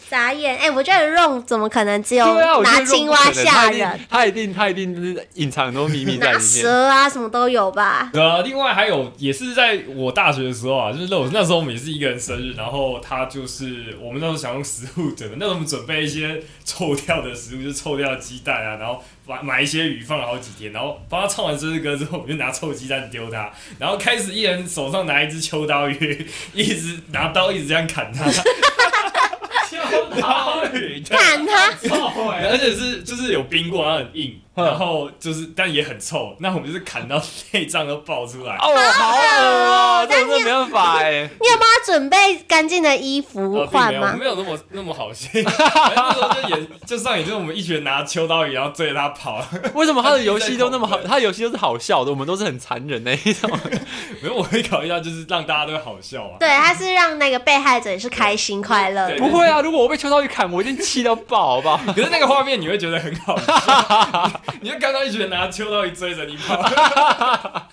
傻眼。哎、我觉得 Ron 怎么可能只有
对啊，我觉
拿
得这种
青
不
蛙
可能
吓人，
他一定他一定他一定是隐藏很多秘密在
拿
里面。
蛇啊什么都有 吧？
呃，另外还有也是在我大学的时候啊，就是那我那时候我们也是一个人生日，然后他就是我们那时候想用食物准备，那时候我们准备一些臭掉的食物，就臭掉的鸡蛋啊，然后买买一些鱼放了好几天，然后帮他唱完生日歌之后，我们就拿臭鸡蛋丢他，然后开始一人手上拿一只秋刀鱼，一直拿刀一直这样砍他。秋刀鱼，
啊
对
砍他！
臭哎、 而且是就是有冰过，然后很硬，
嗯
然后就是但也很臭。那我们就是砍到内脏都爆出来。
哦，好恶 哦，这种真的没办法哎。
你有帮他准备干净的衣服
哦并
换
没有，我
吗？
没有那么那么好心。 反正那时候就演，就上演，就是我们一群人拿秋刀鱼，然后追着他跑。
为什么他的游戏都那么好？他的游戏都是好笑的，我们都是很残忍的一种。
没有，我会考虑到，就是让大家都好笑啊。
对，他是让那个被害者也是开心快乐的
对
不会啊，如果我被秋刀鱼砍，我一定气到爆，好不 好？
可是那个画面你会觉得很好笑， 你就看到一群人拿秋刀鱼追着你跑。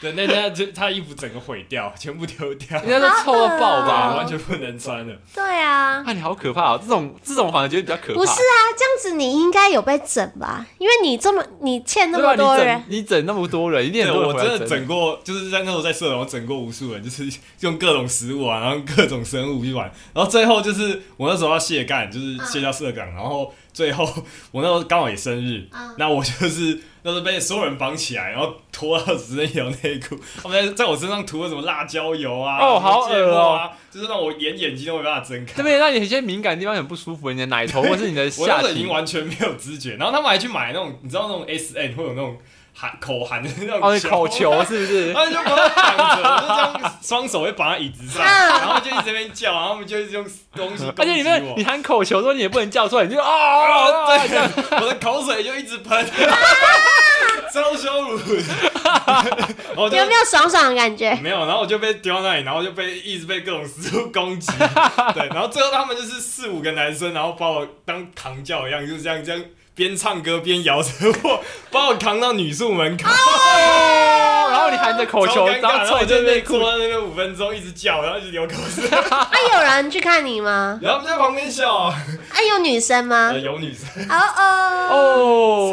对，那那就他衣服整个毁掉，全部丢 掉，
应该说臭到爆
对
吧
好恶？
完全不能穿了。
对啊，
啊啊，你好可怕哦！这种这种反而觉得比较可怕。
不是啊，这样子你应该有被整吧？因为你这么你欠那
对吧？
么
你
多
整
人，
你整那么多人，一定
对，
很多人
我
回来
真的整过，就是在那时候在社团，我整过无数人，就是 用各种食物啊，然后各种生物去玩，然后最后就是我那时候要卸干，就是卸掉社岗，然后最后 我那时候刚好也生日，
嗯
那我就是那时候被所有人绑起来，然后脱到只剩一条内裤，他们在在我身上涂了什么辣椒油啊，
哦
什么芥末
好
啊，就是让我连眼睛都没办法睁开
这。边让你有些敏感的地方很不舒服，你的奶头或是你的
我那
下
时候已
体
经。完全没有知觉，然后他们还去买那种，你知道那种 S N 会有那种含口含的那
哦，
种
你口
球，
球是不 是？
他就把它绑着，就 这样双手会绑在椅子
嗯
上，然后就一直在那边叫，然后我们就一直用东西
而且你
攻击
们
我
你喊口球的时候，你也不能叫出来，你就 啊啊啊
哦，
啊这样
对，我的口水就一直喷，
啊
超羞 辱的。然后我就
有没有爽爽的感 觉？
没有，然后我就被丢到那里，然后就被一直被各种食物攻 击，对，然后最后他们就是四五个男生，然后把我当扛轿一样，就是这样这样边唱歌边摇着我，把我扛到女宿门口，
哦然后你含着口
超
球，
尴
然
尬，
后
然后
扯
我就
着
被
内裤
坐，在那边五分钟，一直叫，然后一直流口水，
啊，有人去看你吗？
然后我们在旁边笑，
啊，有女生吗
呃？有女生
哎
哦 哦，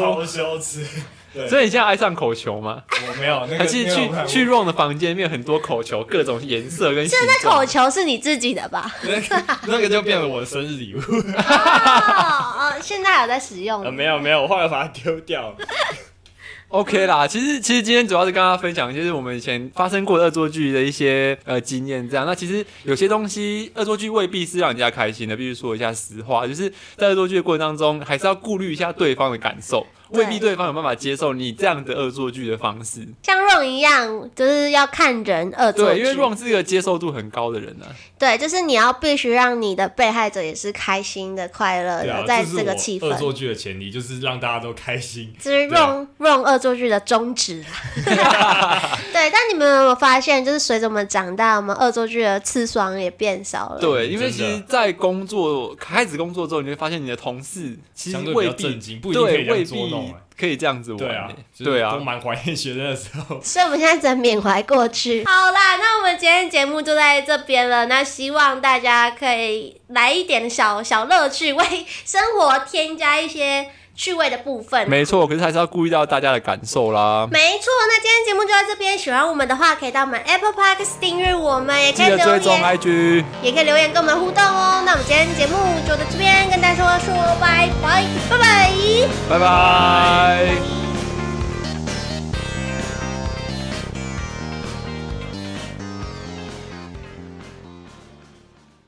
哦。
超 羞耻，对，
所以你现在爱上口球吗？
我没有，那
还
个
是
那个
去
我看过
去 Ron 的房间里面有很多口球，各种颜色跟形
现在
状。
口球是你自己的吧？
那个那个就变了我的生日 礼物。
哦哦，现在还有在使用吗？
呃，没有没有，我后来把它 丢掉了。
OK 啦，其实其实今天主要是跟大家分享，就是我们以前发生过的恶作剧的一些呃经验，这样。那其实有些东西恶作剧未必是让人家开心的，必须说一下实话，就是在恶作剧的过程当中，还是要顾虑一下对方的感受，
对
未必对方有办法接受你这样的恶作剧的方式。
像 Ron 一样，就是要看人恶作
对，
剧。
因为 Ron 是一个接受度很高的人啊。
对，就是你要必须让你的被害者也是开心的、快乐的，在
啊是
这个气
我恶
氛。
作剧的前提就是让大家都开心。
这是
对啊
Ron Ron 恶作剧的宗 旨啦。对，但你们有没有发现，就是随着我们长大，我们恶作剧的次数好像也变少了。
对，因为
哎真
其
的
实，在工作开始工作之后，你会发现你的同事其实
相对比
未
较
必
正经不一定可以
对
这样
未
捉
必
弄欸
可以这样子玩
对啊
欸。，
就是
对啊，
都蛮怀念学生的时候。
所以我们现在只能缅怀过去。好啦，那我们今天节目就在这边了。那希望大家可以来一点小小乐趣，为生活添加一些趣味的部分。
没错，可是还是要顾虑到大家的感受啦。
没错，那今天节目就到这边。喜欢我们的话，可以到我们 Apple Podcast 订阅我们，也可
记
以
得追
留
踪哎
言，
IG，
也可以留言跟我们互动哦。那我们今天节目就到这边，跟大家说说拜拜，拜拜。
拜拜。